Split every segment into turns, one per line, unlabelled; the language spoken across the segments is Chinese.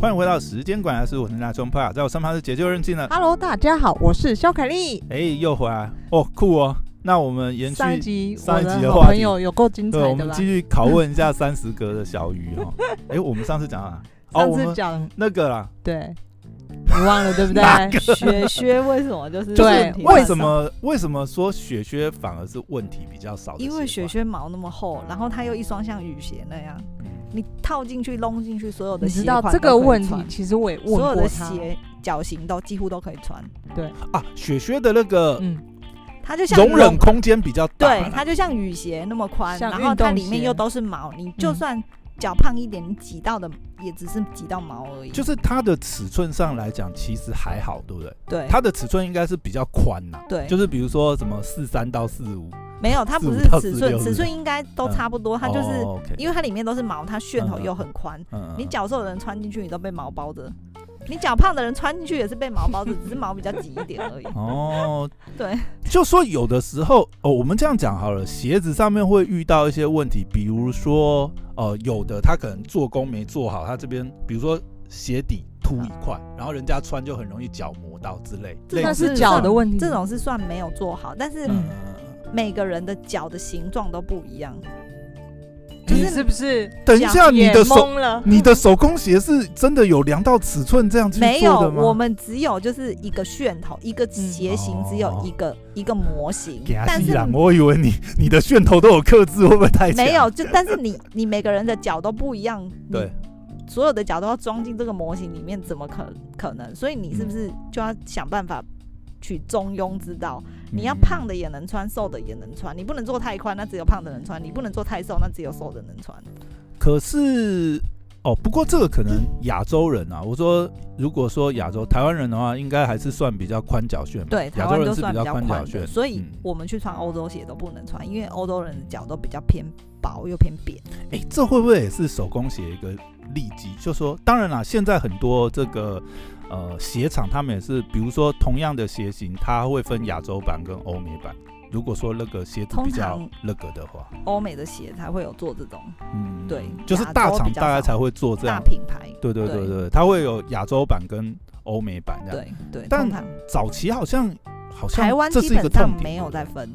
欢迎回到时间管家，是我是大冲怕，在我身旁是解救任静的。
Hello，大家好，我是肖凯丽。
哎，又回来哦，酷哦。那我们延
上一
续，
集
上
我
一集的
的好
话
朋
题
友有够精
对，
彩
我
的
们
啦
继。续拷问一下三十格的小鱼 哦。哎，我们上次讲到哪？哦，
上
我
次
们
讲
那个啦，
对，你忘了对不对？
雪靴为什么就是
对
问题
为
很
什
少？
么为什么说雪靴反而是问题比较少的鞋
因
款？
为雪靴毛那么厚，然后它又一双像雨鞋那样，
嗯
你套进去、弄进去，所有的
你
鞋
知道
款
这
都
个
可以
问题
穿，
其实我也问
所有的
过他。
鞋脚型都几乎都可以穿，
啊，雪靴的那个
嗯，
它就像
容忍空间比较大
对
啦，，
它就像雨鞋那么宽，
像
然
运
后它
动
里面
鞋
又都是毛，你
嗯
就算脚胖一点，你挤到的也只是挤到毛而已。
就是它的尺寸上来讲，其实还好，对不对？
对，
它的尺寸应该是比较宽呐，
对
就是比如说什么四三到四五，
没有，它
四
不
五
是
到
尺
四六是
寸，
不
尺
是
寸应该都
嗯
差不多，它就是
哦，OK，
因为它里面都是毛，它楦头
嗯嗯
又很宽，
嗯嗯
你脚瘦的人穿进去，你都被毛包着。你脚胖的人穿进去也是被毛包着，只是毛比较紧一点而 已。
哦，
对，
就说有的时候哦，我们这样讲好了，鞋子上面会遇到一些问题，比如说呃，有的它可能做工没做好，它这边比如说鞋底凸一块，然后人家穿就很容易脚磨到之类，
这
类
那
种
似
是脚的问题。
这种是算没有做好，但是
嗯嗯嗯嗯
每个人的脚的形状都不一样。就
你
是
是不是
等一下，你
也
的手，
懵了？
你的手工鞋是真的有量到尺寸这样去
没有
做的，吗？
我们只有就是一个楦头，一个鞋型
嗯，
只有一个、一个模型
哦给，他
但
吸
是
了，我以为你你的楦头都有克制，会不会太强
没有？就但是你你每个人的脚都不一样，
对，
你所有的脚都要装进这个模型里面，怎么可可能？所以你是不是就要想办法取中庸之道？
嗯
你要胖的也能穿，瘦的也能穿，你不能做太宽，那只有胖的能穿；你不能做太瘦，那只有瘦的能穿。
可是哦，不过这个可能亚洲人啊，我说如果说亚洲台湾人的话，应该还是算比较宽脚楦吧。
对，台
亚洲
湾
人
就是算
较
较
宽脚
宽
楦，
的，所以
嗯
我们去穿欧洲鞋都不能穿，因为欧洲人的脚都比较偏薄又偏扁。
哎、这会不会也是手工鞋一个利基？就说，当然啦，现在很多这个呃鞋厂，他们也是，比如说同样的鞋型，它会分亚洲版跟欧美版。如果说那个鞋子比较
通
那个的话，
欧美的鞋才会有做这种
嗯，
对
就是
亚洲
大厂
比较
大概
少
才会做这
大
样，
品牌。
对对对
对
对，它会有亚洲版跟欧美版这样。
对对，
啊但
通常
早期好像好像
台湾
这
基
是一个
本
痛
上
点，
没有在分，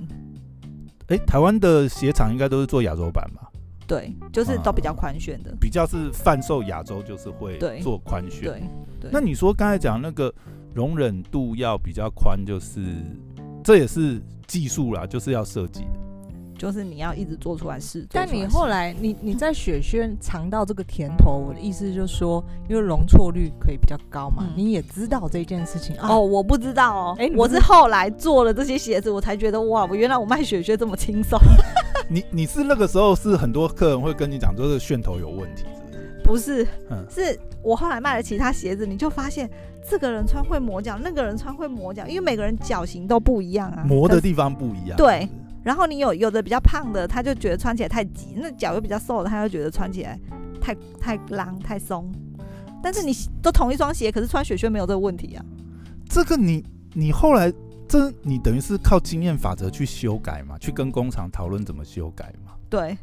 哎、台湾的鞋厂应该都是做亚洲版吧，
对，就是都比较
嗯
宽楦的。
比较是贩售亚洲，就是会
对
做宽楦。
对对，
那你说刚才讲那个容忍度要比较宽，就是这也是技术啦，就是要设计。
就是你要一直做出来试。
但你
后
后来，你你在雪轩尝到这个甜头，我的意思就是说，因为容错率可以比较高嘛，
嗯
你也知道这件事情啊。
哦，，我不知道哦，
哎你不
我
是
是后来做了这些鞋子，我才觉得哇，我原来我卖雪靴这么轻松。
你你是那个时候是很多客人会跟你讲，就是楦头有问题，是不是？
不是，
嗯
是我后来卖了其他鞋子，你就发现这个人穿会磨脚，那个人穿会磨脚，因为每个人脚型都不一样啊。
磨的
可是。
地方不一样。
对
是不是，
然后你有有的比较胖的，他就觉得穿起来太挤；那脚又比较瘦的，他就觉得穿起来太太浪太松。但是你都同一双鞋，可是穿雪靴没有这个问题啊。
这个你你后来这你等于是靠经验法则去修改嘛，去跟工厂讨论怎么修改嘛。
对，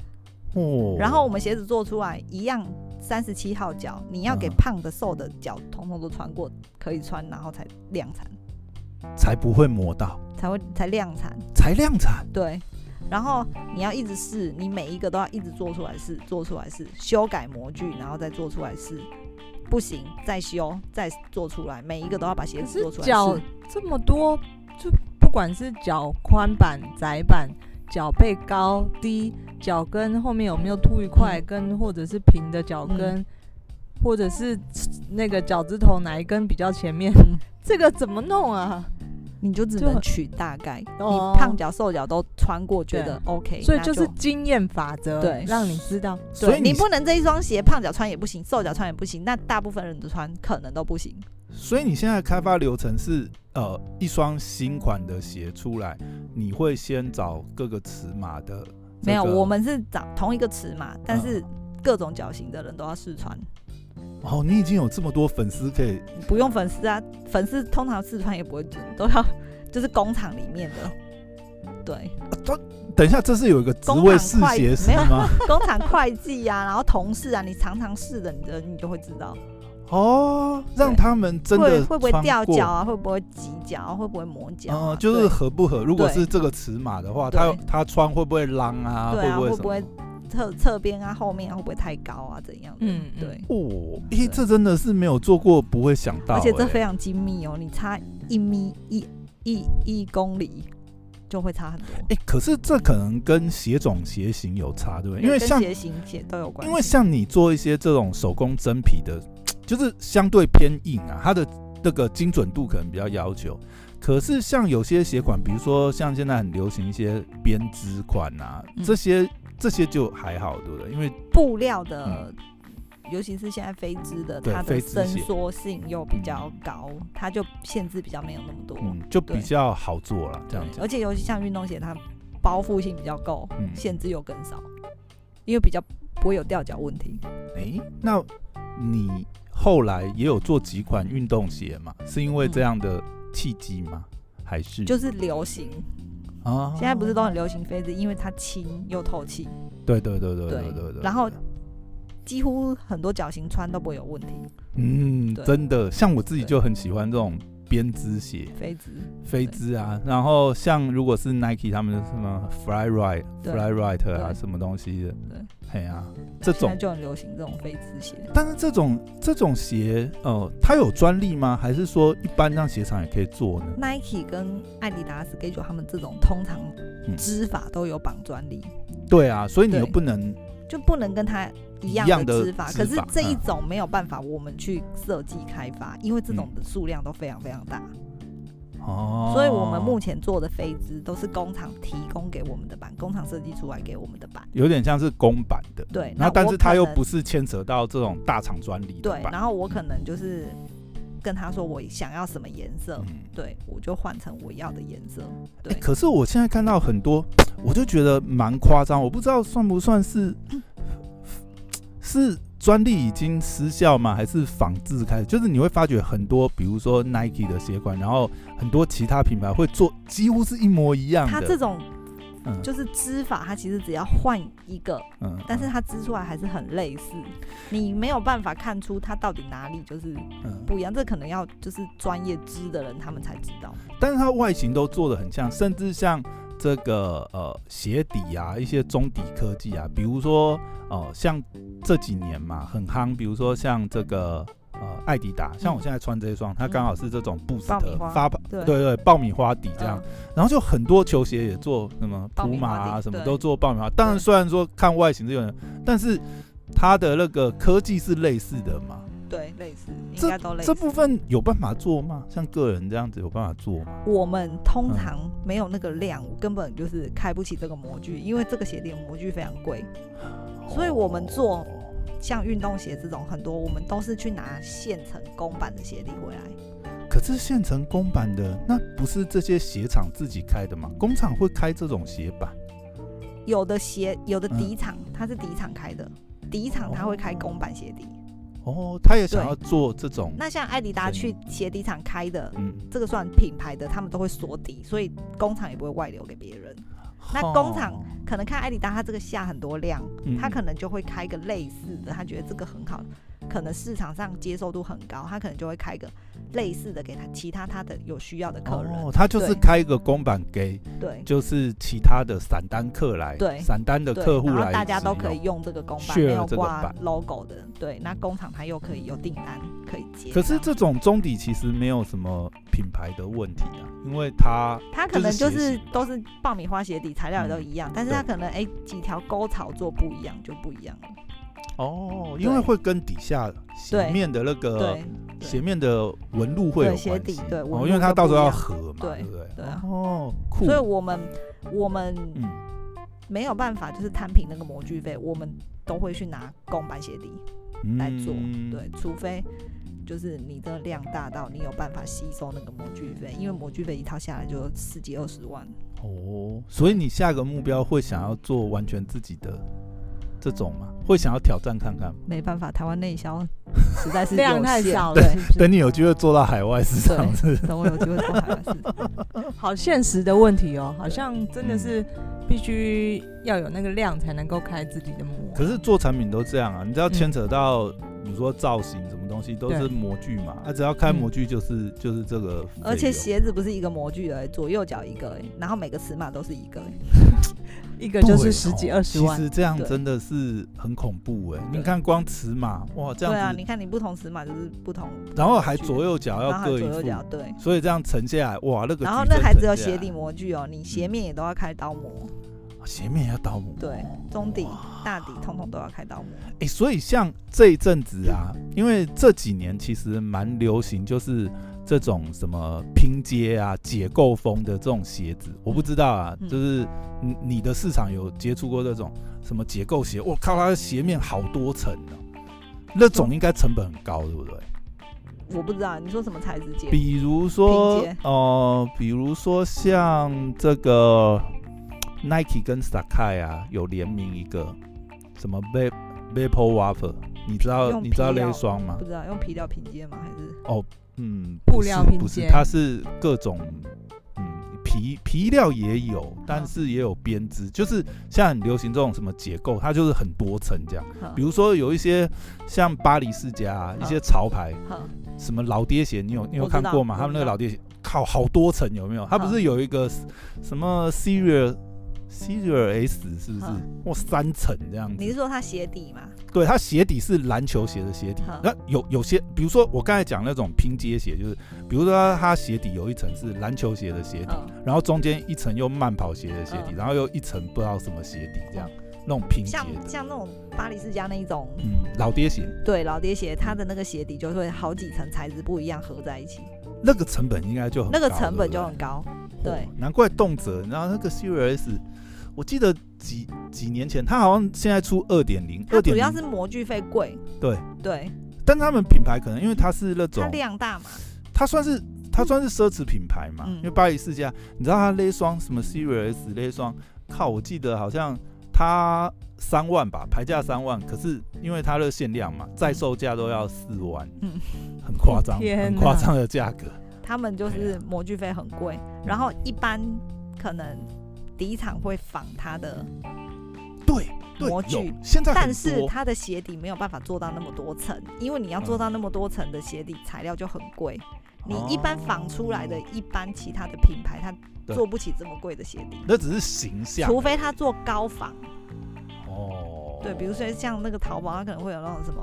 哦，
然后我们鞋子做出来一样，三十七号脚，你要给
嗯
胖的、瘦的脚统统都穿过，可以穿，然后才量产，
才不会磨到，
才会才量产。
才量产。
对，然后你要一直试，你每一个都要一直做出来试，做出来试，修改模具，然后再做出来试。不行，再修，再做出来，每一个都要把鞋
可
子
是
做出来
脚
试。
这么多，就不管是脚宽版、窄版、脚背高低、脚跟后面有没有凸一块
嗯
跟，或者是平的脚跟，或者是那个脚趾头哪一根比较前面，
嗯
这个怎么弄啊？
你就只
就
能
很
取大概，
哦
你胖脚瘦脚都穿过，觉得 OK，
所以
哎那
就是经验法则，
对
让你知道。
所
对
以你
你不能这一双鞋胖脚穿也不行，瘦脚穿也不行，那大部分人都穿可能都不行。
所以你现在开发流程是呃一双新款的鞋出来，你会先找各个尺码的、
没有，我们是长同一个尺码，但是各种脚型的人都要试穿，
哦，你已经有这么多粉丝可以
不用粉丝啊，粉丝通常试穿也不会准，都要就是工厂里面的。对，
啊等一下，这是有一个职位试鞋师吗？
工厂会计啊，然后同事啊，你常常试的，你的你就会知道。
哦，让他们真
会
的
会不会
穿
掉
过
脚啊？会不会挤脚啊？会不会磨脚啊、
哦，就是
对
合不合？如果
对
是这个尺码的话，他
对
他穿会不会浪啊？
对啊，
不会
会
什
不会
么？
侧侧边啊、后面啊，会不会太高啊？怎样的？
嗯嗯
对。
哦，咦，这真的是没有做过，不会想到欸、
而且这非常精密哦，你差一米一一一公里就会差很多，
哎、可是这可能跟鞋种鞋型有差，对不对？因为
跟
像
鞋型鞋都有关系，
因为像你做一些这种手工真皮的，就是相对偏硬啊，它的那个精准度可能比较要求。可是像有些鞋款，比如说像现在很流行一些编织款啊，
嗯
这些这些就还好，对不对？因为
布料的。尤其是现在飞织的，
嗯对
它
飞
的
织
伸
鞋
缩性又比较高，它就限制比较没有那么多。
嗯，就比
对
较好做了，这样
对
讲
而。且尤其像运动鞋，它包覆性比较够，
嗯
限制又更少，因为比较不会有掉脚问题。
嗯诶，那你后来也有做几款运动鞋嘛？是因为这样的契机吗？还是
嗯就是流行，
啊？
现在不是都很流行飞织，因为它轻又透气，
对对对对
对
对对对。
然后几乎很多脚型穿都不会有问题。
嗯，
对
真的，像我自己
对
就很喜欢这种编织鞋、
飞织，
飞织啊。然后像如果是 Nike 他们的什么 Fly Right、
对
Fly Right 啊，
对
什么东西的，
对，
嘿啊，这
现
种
在。就很流行这种飞织鞋。
但是这种这种鞋，呃，它有专利吗？还是说一般让鞋厂也可以做呢？
Nike 跟艾迪达斯、Gage 他们这种通常
嗯
织法都有绑专利，
对啊，所以你又
对
不能
就不能跟它一
一样
样
的
织法。
织
可是
法
这一
嗯
种没有办法我们去设计开发，因为这种的数量都非常非常大，
哦。
所以我们目前做的飞织都是工厂提供给我们的版，工厂设计出来给我们的版。
有点像是公版的，
对，
然后但
我
是它
可
又
能
不是牵扯到这种大厂专利的
对，
版
然后我可能就是跟他说我想要什么颜色，
嗯
对我就换成我要的颜色。
欸
对，
可是我现在看到很多，我就觉得蛮夸张，我不知道算不算是
嗯
是专利已经失效吗？还是仿制开始？就是你会发觉很多，比如说 Nike 的鞋款，然后很多其他品牌会做几乎是一模一样的。
它这种
嗯
就是织法，它其实只要换一个，
嗯，
但是它织出来还是很类似，你没有办法看出它到底哪里就是
嗯
不一样。这可能要就是专业织的人他们才知道。
但是它外形都做的很像，甚至像这个呃鞋底啊，一些中底科技啊，比如说呃像这几年嘛很夯，比如说像这个呃艾迪达，像我现在穿这一双，它刚好是这种布斯
嗯爆米
的
花
发泡
对
对对爆米花底这样，
嗯
然后就很多球鞋也做什么
爆
普
米
马
花
啊
底
什么
对
都做爆米花，当然虽然说看外形是有点，但是它的那个科技是类似的嘛，
嗯对，类似应该都类
这
似。
部分有办法做吗？像个人这样子有办法做吗？
我们通常没有那个量，我根本就是开不起这个模
嗯
具，因为这个鞋底的模具非常贵。所以我们做
哦
像运动鞋这种很多，我们都是去拿现成公版的鞋底回来。
可是现成公版的，那不是这些鞋厂自己开的吗？工厂会开这种鞋版
有的鞋，有的
嗯
底厂、它是底厂开的，底厂它会开公版鞋底。
哦，他也想要做这种，
那像艾迪达去鞋底厂开的，
嗯，
这个算品牌的，他们都会锁底，所以工厂也不会外流给别人。那工厂
哦，
可能看艾迪达它这个下很多量，
嗯
他可能就会开个类似的，他觉得这个很好，可能市场上接受度很高，他可能就会开个类似的给他其他他的有需要的客人。
哦，他就是
对
开一个公版给，
对
就是其他的散单客来，
对
散单的
对，
客户
然
来，
后大家都可以。用这个公版，
share
没有
这个
挂
版
logo 的，对，那工厂它又可以有订单可以接。
可是这种中底其实没有什么品牌的问题啊，因为它
它可能
就
就是是
鞋
都是爆米花鞋底，材料也都一样，但是它
嗯对
可能哎几条沟槽做不一样就不一样了。
哦，
对
因为会跟底下鞋
对
面的那个
对对
鞋面的纹路会有
对
关系，
鞋底对纹
哦，
路
因为它
就
到时候
不一
要
样
合嘛，
对
不对？
对啊
哦，酷，
所以我们我们
嗯。
没有办法就是摊平那个模具费，我们都会去拿公版鞋底来做，
嗯
对，除非。就是你的量大到你有办法吸收那个模具费，因为模具费一套下来就十几二十万。
哦，所以你下个目标会想要做完全自己的这种吗？会想要挑战看看吗？
没办法，台湾内销实在是有
量太
限，
少了，
对
是不是
等你有机会做到海外市场
对
是？
等我有机会做海外 市场。
好现实的问题哦，好像真的是
嗯
必须要有那个量才能够开自己的模。
可是做产品都这样啊，你知道牵扯到你说造型什么东西都是
对
模具嘛，啊，只要开
嗯
模具就是就是这个费用，
而且鞋子不是一个模具而已，左右脚一个而已，然后每个尺码都是一个而欸已。
一个就是
对
十几
哦
二十
其
万，
实这样
对
真的是很恐怖哎、
对
你看光尺码哇这
对啊，
样子，
你看你不同尺码就是不同，
然后还左右脚
然后
要
还有
各一
左右
副，
脚对。
所以这样沉下来哇那个，
然后那还只有鞋底，模具哦，你鞋面也都要开刀模，
鞋啊面也要倒模，
对，中底、大底通通都要开刀模。
哎、所以像这一阵子啊，因为这几年其实蛮流行，就是这种什么拼接啊、解构风的这种鞋子，我不知道啊，
嗯
就是你你的市场有接触过这种什么解构鞋？我靠，它的鞋面好多层哦、那种应该成本很高，对不对？
我不知道你说什么材质结
比如说
拼接，
哦，比如说像这个 Nike 跟 Sakai 啊有联名一个什么 Va- Vapor Wafer，你知道
用
你知道
皮料
那一双吗
不？知道用皮料拼接吗？还是
嗯，
布
不是
料拼
不是，
接
它是各种嗯皮皮料也有，
嗯
但是也有编织，就是现在很流行这种什么结构，它就是很多层这样。
哼
比如说有一些像巴黎世家、啊、一
嗯
些潮牌，
哼
什么老爹鞋，你有你有
我知道
看过吗？
我
他们那个
知道
老爹鞋，靠，好多层有没有？它不是有一个 s- 什么 Serial Serial S 是不是
嗯？
哇，三层这样
你是
子。
说它鞋底嘛？
对，它鞋底是篮球鞋的鞋底
嗯。
那有有些，比如说我刚才讲那种拼接鞋，就是比如说它它鞋底有一层是篮球鞋的鞋底，
嗯，
然后中间一层又慢跑鞋的鞋底，
嗯
然后又一层不知道什么鞋底这样，那种拼接
像
的。
像那种巴黎世家那一种，
嗯，老爹鞋
对老爹鞋，它的那个鞋底就会好几层材质不一样合在一起，
那个成本应该就很
那个
高
成
对
本
不
就
对
很高。
对
对，
哦难怪动辄，然后那个 Series，S，我记得几几年前，它好像现在出二点零，
它
二点
主要
零，
是模具费贵，
对
对，
但他们品牌可能因为它是那种
它，量大嘛，
它算是它算是奢侈品牌嘛，
嗯
因为巴黎世家，你知道它那双什么 Series S 那双，靠，我记得好像它三万吧，牌
嗯
价三万，可是因为它的限量嘛，在售价都要四万，
嗯
很夸张，
天
很
哪
夸张的价格，
他们就
哎呀
是模具费很贵，
嗯
然后一般可能底厂会仿它的，
对对，
模具
有现在很
但是
多
它的鞋底没有办法做到那么多层，因为你要做到那么多层的鞋底材料就很贵。
哦
你一般仿出来的，一般其他的品牌它
对
做不起这么贵的鞋底，
那只是形象，
除非它做高仿。
哦，
对，比如说像那个淘宝，它可能会有那种什么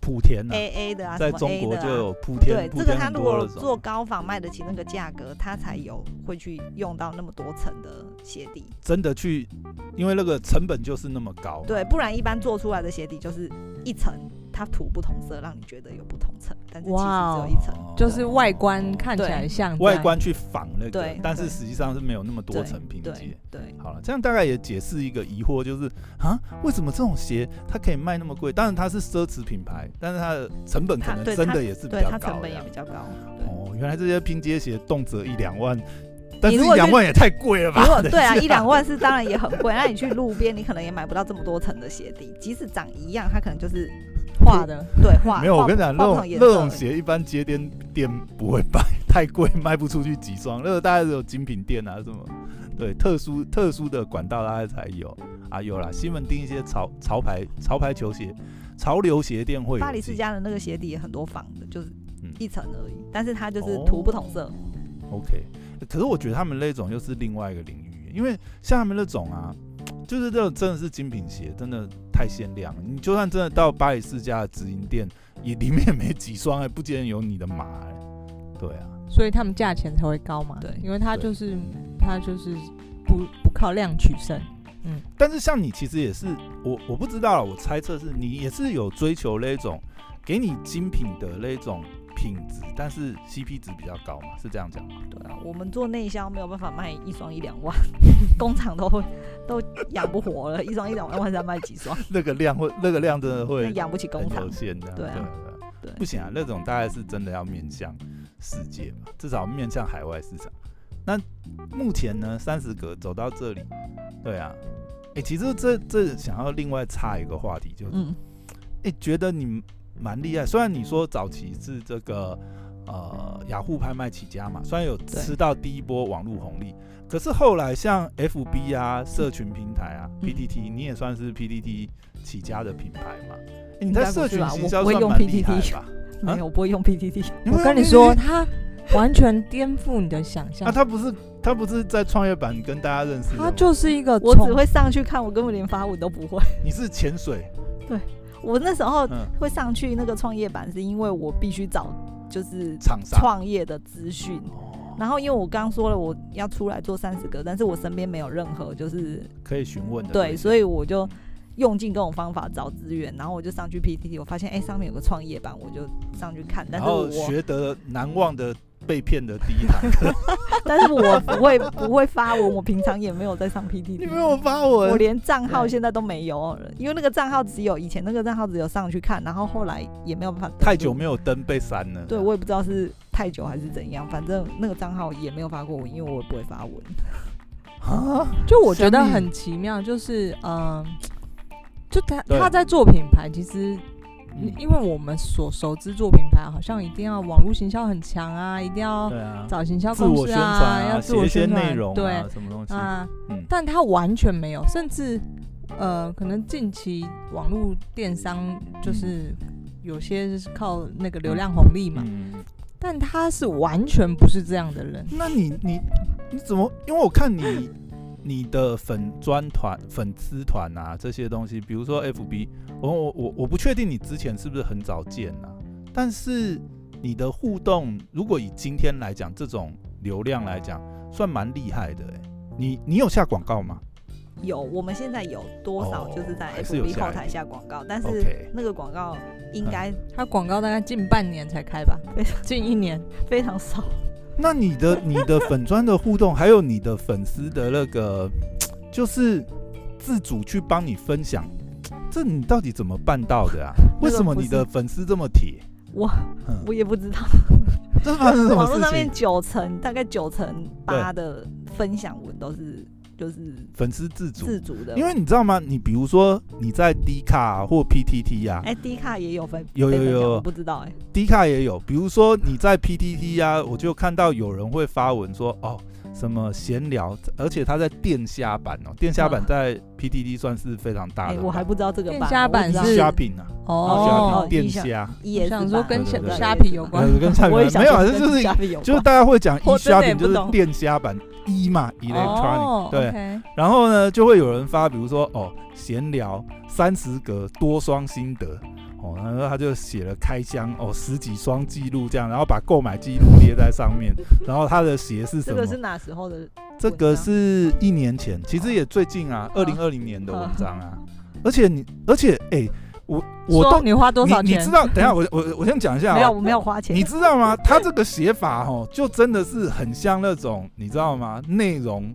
莆田啊，
A A 的啊，
在
什么
中
A
国
的啊
就有莆
对
田，莆
这个
田
它
很
如
多
果
了什么
做高仿卖得起那个价格，它才有会去用到那么多层的鞋底。
真的去，因为那个成本就是那么高，啊
对，不然一般做出来的鞋底就是一层，它涂不同色，让你觉得有不同层，但是其实只有
哦，
一层。
就是外观看起来
对
像这
外
样
观去仿那个
对，
但是
对
实际上是没有那么多
对
层拼接
对。对，
好了，这样大概也解释一个疑惑，就是啊，为什么这种鞋它可以卖那么贵？当然它是奢侈品牌，但是它的成本可
它
能
对
真
它
的也是比
对
较
它成
高的
本也
呀
比。较高。对
哦，原来这些拼接鞋动辄一两万，但
你
是
如
一
果
两
去
万也太贵了吧？
如果对啊，
等一下
一两万是当然也很贵。那你去路边，你可能也买不到这么多层的鞋底，即使长一样，它可能就是
画的，
对画。
没有，
画
我跟你讲，
画
那
不
种
同颜
那种
色而已。
鞋一般街店店不会卖，太贵，卖不出去几双。那个大概只有精品店啊什么，对，特殊特殊的管道大概才有啊，有啦，西门町一些潮潮牌潮牌球鞋、潮流鞋店会有。
巴黎世。家的那个鞋底也很多仿的，就是
嗯
一层而已，但是它就是
哦
涂不同色。
OK，可是我觉得他们那种又是另外一个领域，因为像他们那种啊，就是这种真的是精品鞋，真的太限量了。你就算真的到巴黎世家的直营店，也里面也没几双，还不见得有你的码、欸。对啊。
所以他们价钱才会高嘛。
对
因为它
对
就是它就是不不靠量取胜，
嗯但是像你其实也是我我不知道啦，我猜测是你也是有追求那种给你精品的那种品质，但是 CP 值比较高嘛，是这样讲吗？
对啊，我们做内销没有办法卖一双一两万，工厂都会都养不活了，一双一两万，万再卖几双，
那个量会那个量真的
那
会
养不起工
很
厂
有。限的，
对啊
对
对
不行啊，那种大概是真的要面向世界吧，至少面向海外市场。那目前呢，三十格走到这里，对啊，哎、其实这这想要另外插一个话题，就是
嗯，
哎、觉得你蛮厉害。虽然你说早期是这个呃雅虎拍卖起家嘛，虽然有吃到第一波网络红利，可是后来像 FB 啊、社群平台啊、
嗯
PTT，、你也算是 PTT 起家的品牌嘛。欸你在社群
应该不是吧
行销
我不会
算
用
蛮厉害
PTT
吧？
没有，我不会用 PPT。
你会
我跟
用
你说，
PTT
他完全颠覆你的想
嗯
象
啊，。他不是他不是在创业板跟大家认识的吗，
他就是一个
我只
从
会上去看，我根本连发文都不会。
你是潜水，
我那时候
嗯，
会上去那个创业板，是因为我必须找就是
厂商
创业的资讯。
哦
然后因为我刚说了我要出来做三十个，但是我身边没有任何就是
可以询问的，
对，所
以
以我就用尽各种方法找资源，然后我就上去 PTT，我发现哎、上面有个创业板，我就上去看，但
然
是我
后学得难忘的被骗的第一堂课，
但是我不会不会发文，我平常也没有在上 PTT，
你没有发文，
我连账号
对
现在都没有了，因为那个账号只有以前那个账号只有上去看，然后后来也没有办法登录
太久没有登被删了，
对，我也不知道是太久还是怎样，反正那个账号也没有发过文，因为我也不会发文。
啊，
就我觉得
像你
很奇妙，就是嗯、呃就他
对
他在做品牌，其实
嗯
因为我们所熟知做品牌，好像一定要网络行销很强啊，一定要
对啊，
找行销
自
公
我
司
宣传啊，
要自
写
我
一些
宣传，
内容
对
啊，什么东西，
啊，
嗯
但他完全没有，甚至呃，可能近期网络电商就是有些是靠那个流量红利嘛，
嗯，
但他是完全不是这样的人。
那你你你怎么？因为我看你你的粉砖团、粉丝团啊这些东西，比如说 FB，我我我我不确定你之前是不是很早建啊，但是你的互动，如果以今天来讲，这种流量来讲，算蛮厉害的、欸、你你有下广告吗？
有，我们现在有多少
哦
就是在
还是有
FB
下
后台下广告，但
OK 嗯
是那个广告应该
他广告大概近半年才开 吧，近一年。
非常少。
那你的你的粉砖的互动，还有你的粉丝的那个，就是自主去帮你分享，这你到底怎么办到的啊？
那个
为什么
不
你
是
的粉丝这么铁？
我
嗯
我也不知道，
这发生什么
网络
事
上面
情？
九成大概九成八的分享文都是就是
粉丝自主，
自主的，
因为你知道吗？你比如说你在 D 卡、或 PTT 啊
哎，D 卡也有分，
有有
被分享
有
我不知道哎，
，D 卡也有。比如说你在 PTT 啊，我就看到有人会发文说哦。什么闲聊，而且他在电虾版哦，电虾版
嗯
在 PTT 算是非常大
哎，
的吧，
我还不知道这个
电
吧
虾版
我不知
是
虾饼啊，
哦
虾
哦
饼，电
印象
虾，
道 ES
想说
版
跟
虾
对对对
虾皮有关
呃，跟下
我也
面
想
没有啊，
说
这就是
虾皮有
就是
关
大家会讲
我
e
真的
虾
也
饼
不
就是
懂
电虾版 e 嘛 electronic
哦
对，
，OK
然后呢就会有人发，比如说哦闲聊三十个多双心得。哦，然后他就写了开箱哦，十几双记录这样，然后把购买记录列在上面，然后他的鞋是
这
什么
个？是哪时候的？
这个是一年前，其实也最近啊，二
哦
零二零年的文章啊。而且你，而且哎，我我
说
都
你花多少
你
钱？
你知 道？等一下我我我先讲一下、哦，
没有，我没有花钱
你。知道吗？他这个写法哦，就真的是很像那种，你知道吗？内容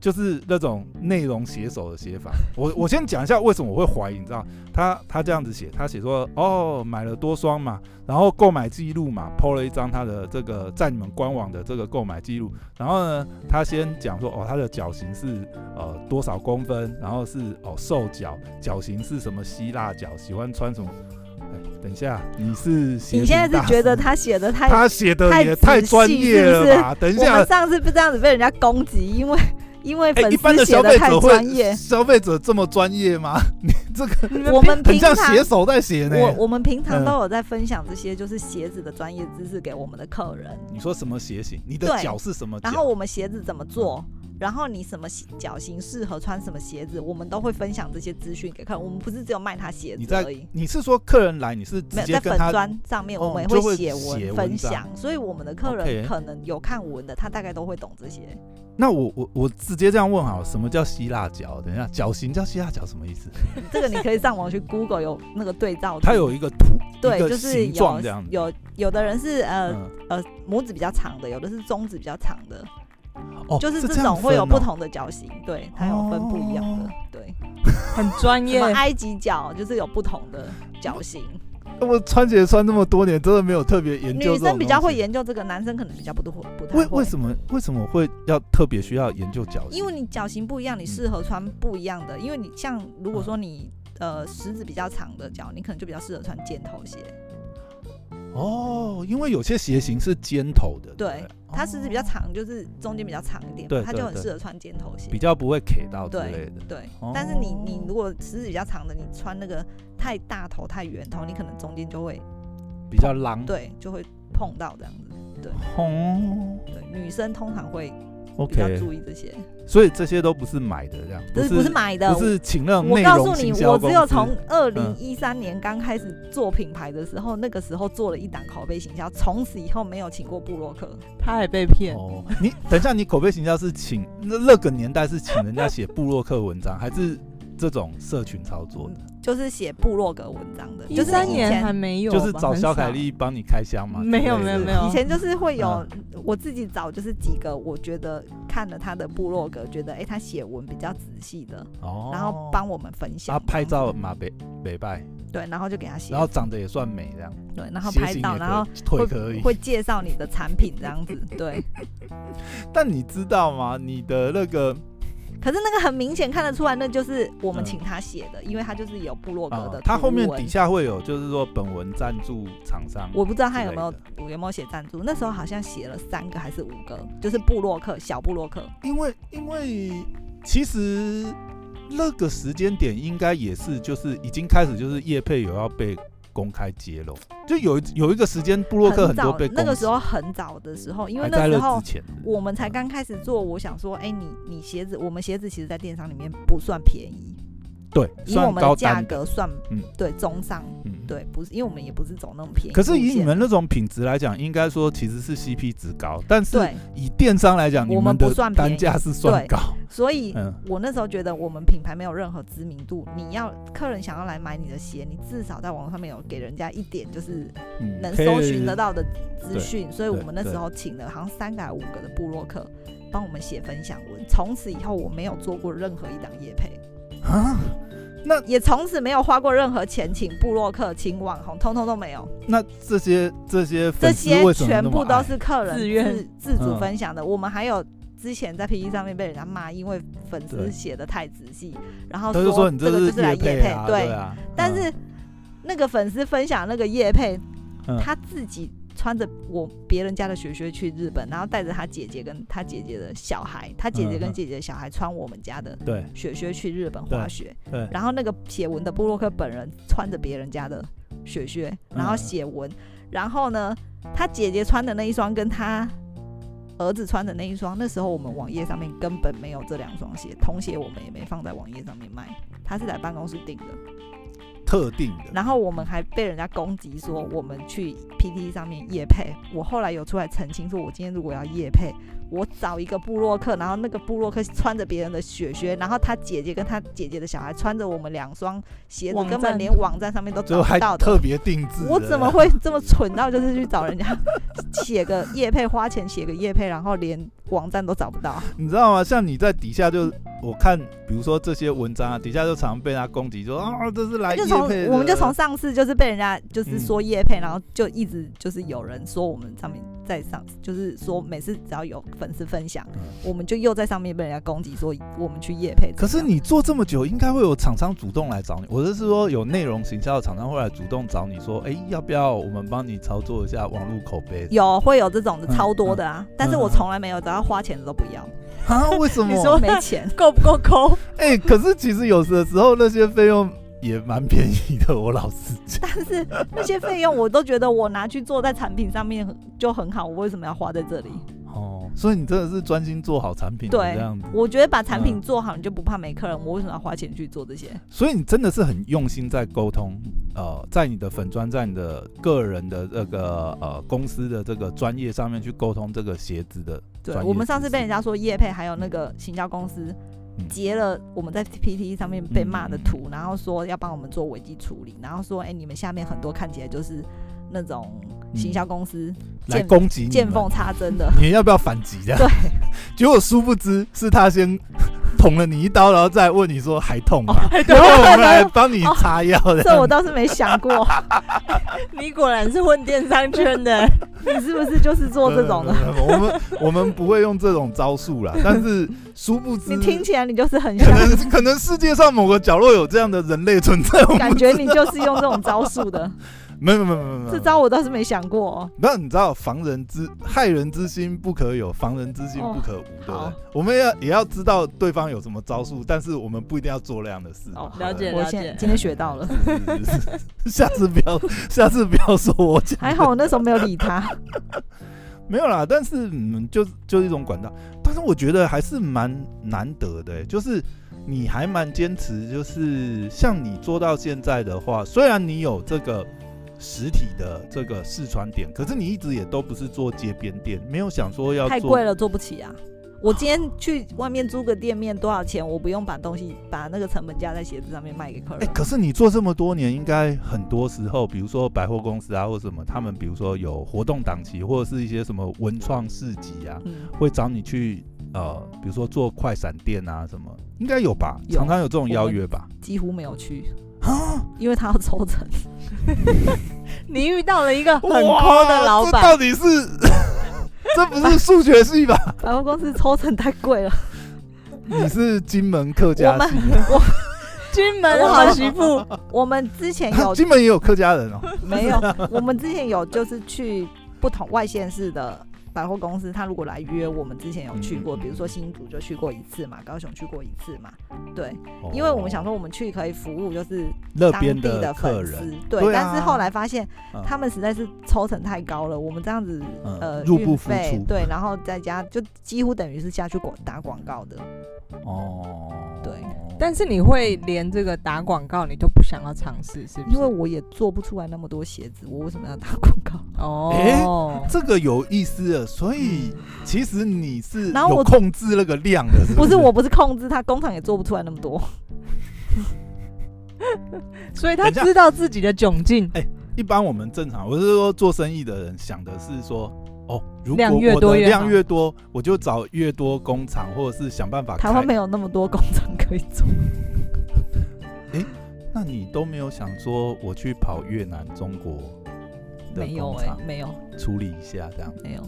就是那种内容写手的写法。我我先讲一下为什么我会怀疑，你知道？他他这样子写，他写说哦，买了多双嘛，然后购买记录嘛，PO 了一张他的这个在你们官网的这个购买记录，然后呢，他先讲说哦，他的脚型是呃多少公分，然后是哦瘦脚，脚型是什么希腊脚，喜欢穿什么。哎，等一下，你是
你
鞋
现在
子大
是
师
觉得他写的太
他写的也太专业了吧？等一
我
下
们，上次不这样子被人家攻击，因为因为
哎、
粉
一般
丝
消
写
费
的太
者
专业
会，消费者这么专业吗？你这个
我们
很
平
像
常
写手在写呢。
我我们平常
嗯
都有在分享这些就是鞋子的专业知识给我们的客人，
你说什么鞋型？你的
对
脚是什么脚？
然后我们鞋子怎么做，然后你什么鞋脚型适合穿什么鞋子，我们都会分享这些资讯给客人。我们不是只有卖他鞋
你
子
在
而已。
你是说客人来，你是直
没有
接
在
跟
粉
他
砖上面，
哦
我们也
就会
会写
写
文
文
分
章
享，所以我们的客
OK
人可能有看文的，他大概都会懂这些。
那我我我直接这样问好了，什么叫希腊脚？等一下，脚型叫希腊脚什么意思？
这个你可以上网去 Google 有那个对照图，
它有一个图，
对，
一个
就是
形
有
状这样子。
有有的人是呃、
嗯
呃拇指比较长的，有的是中指比较长的，
哦，
就是
这
这种会有
样分哦。
不同的脚型，对，它有分不一样的，
哦
对，
很专
什
业
么，埃及脚就是有不同的脚型，
我穿鞋穿这么多年，真的没有特别研究。
哦女生比较会。研究这个，男生可能比较不多不太
为
会。
为什么为什么会要特别需要研究脚型？
因为你脚型不
嗯
一样，你适合穿不一样的。因为你像如果说你呃食指比较长的脚，你可能就比较适合穿尖头鞋。
哦，因为有些鞋型是尖头的，
对
不，哦
它是比较长，就是中间比较长一点嘛
对，
它就
对
很
对
适合穿尖头鞋
比。较不会 K 到之
对
类的。
对
哦，
但是你你如果食指比较长的，你穿那个太大头太圆头，你可能中间就会
比较狼。
对就会碰到这样子。
哦
对，女生通常会比较
，OK，
注意这些，
所以这些都不是买的，这样
这是
不
不是
是
买的。
不是请那种
我
内
告诉
容
你
行，销
我
公
只
司
有从二零
嗯
一三年刚开始做品牌的时候，那个时候做了一档口碑行销，从此以后没有请过布洛克。
他也被骗，
哦，你等一下，你口碑行销是请那那个年代是请人家写部落客文章，还是这种社群操作
嗯
的？
就是写部落格文章的，
一
就是
三
以
年
前
还没有吧，
就是找
很
小凯
少
丽帮你开箱吗？
没有
之类的
没有没有
以前就是会有
嗯
我自己找，就是几个我觉得看了他的部落格，觉得哎、他写文比较仔细的，
哦，
然后帮我们分享
他
这样子，
拍照嘛，北北拜，
对，然后就给他写
然，后长得也算美这样，
对，然后
鞋
拍
型
到，
也
然后
可以腿可以。
会介绍你的产品这 样子，对。
但你知道吗？你的那个
可是那个很明显看得出来，那就是我们
嗯
请他写的，因为他就是有部落格
啊
的，
它后面
图文
底下会有，就是说本文赞助厂商。
我不知道他有没有
之
有没有写赞助，那时候好像写了三个还是五个，就是部落客小部落客，
因为因为其实那个时间点应该也是就是已经开始就是业配有要被公开揭露，就有一有一个时间布洛克很多
早
被
那
攻
个
击
时候很早的时候，因为
还
那
在
时候
之前，
我们才刚开始做，我想说，哎、你你鞋子，我们鞋子其实在电商里面不算便宜，
对，
以我
算
们
高
的价
单的，
格算，
嗯
对中上，
嗯。
对，不是，因为我们也不是走那种便宜路
可
线。
是以你们那种品质来讲，应该说其实是 CP 值高，但是
对，
以电商来讲，你
我们不
的
算便宜
单价是算
对
高。
所以
嗯，
我那时候觉得我们品牌没有任何知名度，你要客人想要来买你的鞋，你至少在网络上面有给人家一点就是
嗯
能
可以
搜寻得到的资
对
讯，所以我们那时候请了好像三个还五个的部落客帮我们写分享文。从此以后，我没有做过任何一档业配。
啊。
也从此没有花过任何钱请布洛克、请网红，通通都没有。
那这些这些
这
粉丝
些
为什么
全
那
部
么
都
爱
是客人
自愿
自自主
嗯
分享的。我们还有之前在 PPT 上面被人家骂，因为粉丝写的太仔细，然后
他就说你
这
这
个就是是来
业
夜
配啊，
对。
对啊。
但是那个粉丝分享那个叶配，
嗯
他自己穿着我别人家的雪靴去日本，然后带着他姐姐跟他姐姐的小孩，他姐姐
嗯
跟
嗯
姐姐的小孩穿我们家的
嗯对
雪靴去日本滑雪
对对，
然后那个写文的布洛克本人穿着别人家的雪靴，然
嗯
后写文，然后呢，他姐姐穿的那一双跟他儿子穿的那一双，那时候我们网页上面根本没有这两双鞋，童鞋我们也没放在网页上面卖，他是来办公室订的，
特定的，
然后我们还被人家攻击说我们去 PT 上面夜配，我后来有出来澄清说，我今天如果要夜配，我找一个布洛克，然后那个布洛克穿着别人的雪靴，然后他姐姐跟他姐姐的小孩穿着我们两双鞋子
网，站
根本连网站上面都
最
找
后还
不到
特
的。
别定制的。
我怎么会这么蠢到就是去找人家写个夜配，花钱写个夜配，然后连网站都找不到？
你知道吗？像你在底下就我看，比如说这些文章啊，底下就常被他攻击，说啊这是来
就
业
从
配的
我们就从上次就是被人家就是说叶配，然后就一直就是有人说我们上面在上，就是说每次只要有粉丝分享，
嗯
我们就又在上面被人家攻击说我们去叶配。
可是你做这么久，应该会有厂商主动来找你。我是说，有内容行销的厂商会来主动找你说，哎，要不要我们帮你操作一下网络口碑？
有会有这种的
嗯
超多的啊，但是我从来没有，只要花钱的都不要，
啊？为什么？
你说
没钱。
够不够抠？
哎、可是其实有的时候那些费用也蛮便宜的，我老 实讲。
但是那些费用我都觉得我拿去做在产品上面就很好，我为什么要花在这里？
哦，所以你真的是专心做好产品，
对
这样子。
我觉得把产品
嗯
做好，你就不怕没客人，我为什么要花钱去做这些？
所以你真的是很用心在沟通，呃，在你的粉砖，在你的个人的这个呃公司的这个专业上面去沟通这个鞋子的
对
专，业
我们上
知
次
识
被人家说叶配，还有那个行销公司
嗯
截了我们在 PPT 上面被骂的图，然后说要帮我们做危机处理，然后说，哎、你们下面很多看起来就是那种行销公司
来
见
攻击嗯你
见
们
缝插针 的，
你要不要反击这样？
对，
结果殊不知是他先捅了你一刀，然后再问你说还痛吗？
对
然后我们来帮你擦药的。
这我倒是没想过，
你果然是混电商圈的，
你是不是就是做这种的？
不，不不不我们我们不会用这种招数啦。但是殊不知，
你听起来你就是很
可
像，
能可能世界上某个角落有这样的人类存在，我们
感觉你就是用这种招数的。
没有没有没有没有，
这招我倒是没想过哦。
那你知道防人之害人之心不可有，防人之心不可无，
哦
对不
好
对？我们要也要知道对方有什么招数，但是我们不一定要做那样的事。
哦，
了解
我
了
现
解
今天学到了，
是是是是下次不要，下次不要说我讲
还好我那时候没有理他。
没有啦，但是嗯，就就一种管道，但是我觉得还是蛮难得的欸、就是你还蛮坚持，就是像你做到现在的话，虽然你有这个实体的这个试穿点，可是你一直也都不是做街边店，没有想说要
太
做
贵了，做不起啊！我今天去外面租个店面多少钱？我不用把东西把那个成本加在鞋子上面卖给客
哎、
人。
可是你做这么多年，应该很多时候，比如说百货公司啊，或什么，他们比如说有活动档期，或者是一些什么文创市集啊，
嗯，
会找你去呃，比如说做快闪店啊什么，应该有吧？
有
常常有这种邀约吧？
几乎没有去，因为他要 抽成。
你遇到了一个很
哇
抠的老
这
板，
到 底是这不是数学系吧？
百货公司抽成太贵了，
你是金门客家系吗，
金门好媳 妇，
我们之前有
金门也有客家人哦。
没有？我们之前有就是去不同外县市的百货公司，他如果来约，我们之前有去
嗯
过，
嗯嗯
比如说新竹就去过一次嘛，高雄去过一次嘛，对，
哦
因为我们想说我们去可以服务就是
那
当
边
地的
客
粉丝
人，，
对。
对啊
但是后来发现
嗯
他们实在是抽成太高了，我们这样子
嗯
呃
入不
运
敷
费
出嗯
对，然后再加就几乎等于是下去广打广告的，
哦，
对，
但是你会连这个打广告你都不想要尝试，是不是？
因为我也做不出来那么多鞋子，我为什么要打广告？
哦，
这个有意思了，所以其实你是
然后
有
我
控制那个量的，是
不
是
是，我不是控制它，工厂也做不出来那么多。
所以他
等一下
知道自己的窘境，
一般我们正常，我是说做生意的人想的是说，哦，如果
量越
我
多
的
越
量
好
越多，我就找越多工厂，或者是想办法
台湾
开。
没有那么多工厂可以做，
那你都没有想说我去跑越南、中国的
没有
工
哎、
厂
没有
处理一下，这样
没有，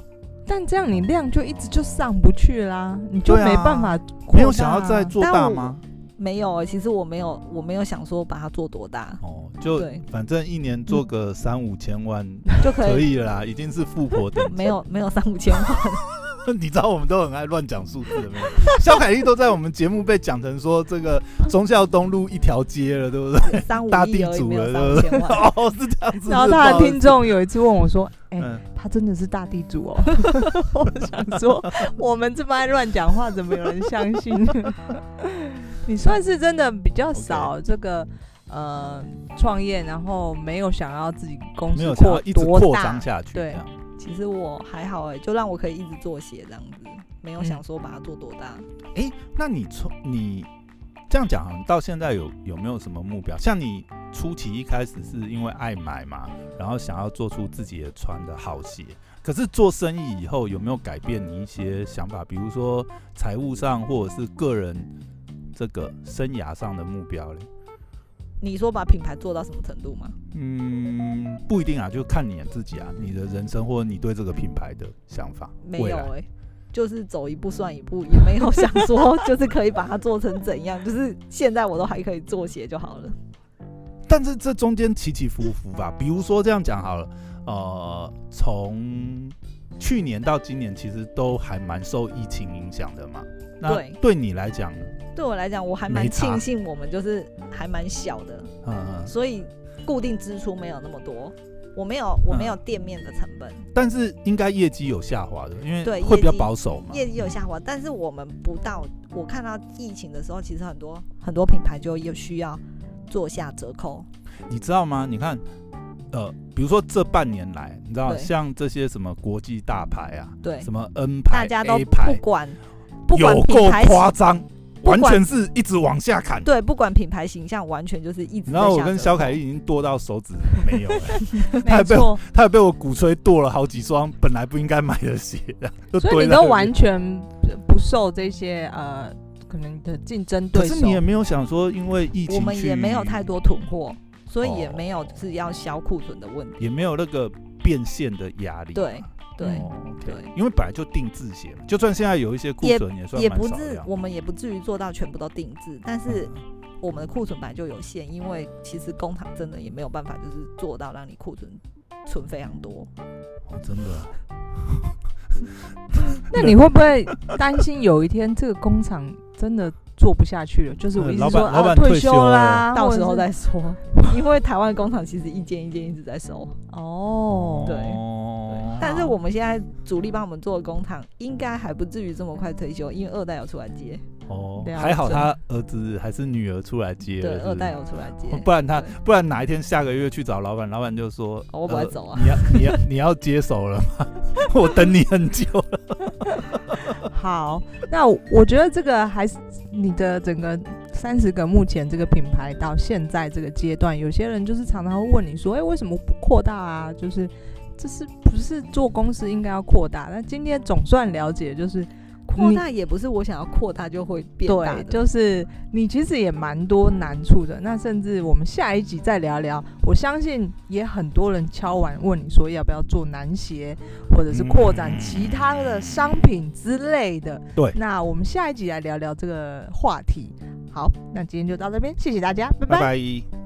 但这样你量就一直就上不去啦，你就
对啊
没办法扩大啊
没有想要再做
但
大
我
吗？，
没有、欸。其实我没有，我没有想说把它做多大
哦，就
对
反正一年做
嗯
个三五千 万
就可
可
以。
以了啦，已经是富婆等级
没有没有三五千万，
你知道我们都很爱乱讲数字的没有？ 肖凯丽都在我们节目被讲成说这个忠孝东路一条街了，对不对？
三五
大
亿
地
而已，
主
没有
了
三五千 万。
哦，是这样子。
然后他的听
众，
众有一次问我说：“哎、
嗯，
他真的是大地主哦。” 我想说，我们这么爱乱讲话，怎么有人相 信？你算是真的比较少这个呃创业，然后没有想要自己公
没
司
有想要一直
多
扩
大
张，下去，
对
这样
其实我还好哎、就让我可以一直做鞋这样子，没有想说把它做多大。
哎，那你从你这样讲，你到现在有有没有什么目标？像你初期一开始是因为爱买嘛，然后想要做出自己也穿的好鞋。可是做生意以后有没有改变你一些想法？比如说财务上，或者是个人这个生涯上的目标嘞？
你说把品牌做到什么程度吗？
嗯，不一定啊，就看你自己啊，你的人生或者你对这个品牌的想法。
没
未
有
来
哎、就是走一步算一步，也没有想说就是可以把它做成怎样，就是现在我都还可以做鞋就好了。
但是这中间起起伏伏吧，比如说这样讲好了，呃，从去年到今年其实都还蛮受疫情影响的嘛。那
对
对你来讲，
对我来讲，我还
没
蛮
差
庆幸我们就是还蛮小的，
嗯嗯，
所以固定支出没有那么多。我没有，我没有店面的成本，
但是应该业绩有下滑的，因为
对
会比较
业绩
保守嘛。
业绩有下滑，但是我们不到。我看到疫情的时候，其实很多很多品牌就有需要做下折扣，
你知道吗？你看，呃，比如说这半年来，你知道
对
像这些什么国际大牌啊，
对，
什么 N
大
牌、
家都
A
不
牌，
管不管
有
品
够
牌
夸张，
不
完
管
全是一直往下砍。
对，不管品牌形象，完全就是一直在下折
然后
扣。
我跟肖凯丽已经剁到手指没有 了。太
没
被
错，
他也被我鼓吹剁了好几双本来不应该买的鞋，就
所以
堆
你
在那
都
边
完。全不受这些呃可能你的竞争
可
对
是
手
你也没有想说，因为疫情
我们也
去
没有太，多囤货，所以也
哦
没有就是要销库存的问题。
也没有那个变现的压力嘛。
对对，
哦，OK
对
因为本来就定制鞋嘛，就算现在有一些库存也算
也
蛮
不
少嗯
至
量
我们也不至于做到全部都定制，但是我们的库存本来就有限，因为其实工厂真的也没有办法就是做到让你库存存非常 多。
哦真的
那你会不会担心有一天这个工厂真的做不下去了？就是我
嗯
一直
老
说
板老
啊，
板
退
退休了
啦，
到
或者
时候
是
再说，因为台湾工厂其实一间一间一直在收，
啊
哦，
对
哦
但是我们现在主力帮我们做的工厂应该还不至于这么快退休，因为二代有出来接，
哦
了，
还好
解
他儿子还是女儿出来接
啊对，
了，
二
是不
代
是
有出来接，
哦不然他
对
不然哪一天下个月去找老板，老板就说
哦我不
呃
会走啊
你要你要你要接手了吗？ 我等你很久了。
好，那我觉得这个还是你的整个三十个目前这个品牌到现在这个阶段，有些人就是常常会问你说，哎、为什么不扩大啊？就是这是不是做公司应该要扩大？那今天总算了解，就是
扩
你
大也不是我想要扩大就会变大
对
的，，
就是你其实也蛮多难处的。那甚至我们下一集再聊聊，我相信也很多人敲完问你说要不要做男鞋，或者是扩展其他的商品之类的。
对
那我们下一集来聊聊这个话题。好，那今天就到这边，谢谢大家，拜拜
拜拜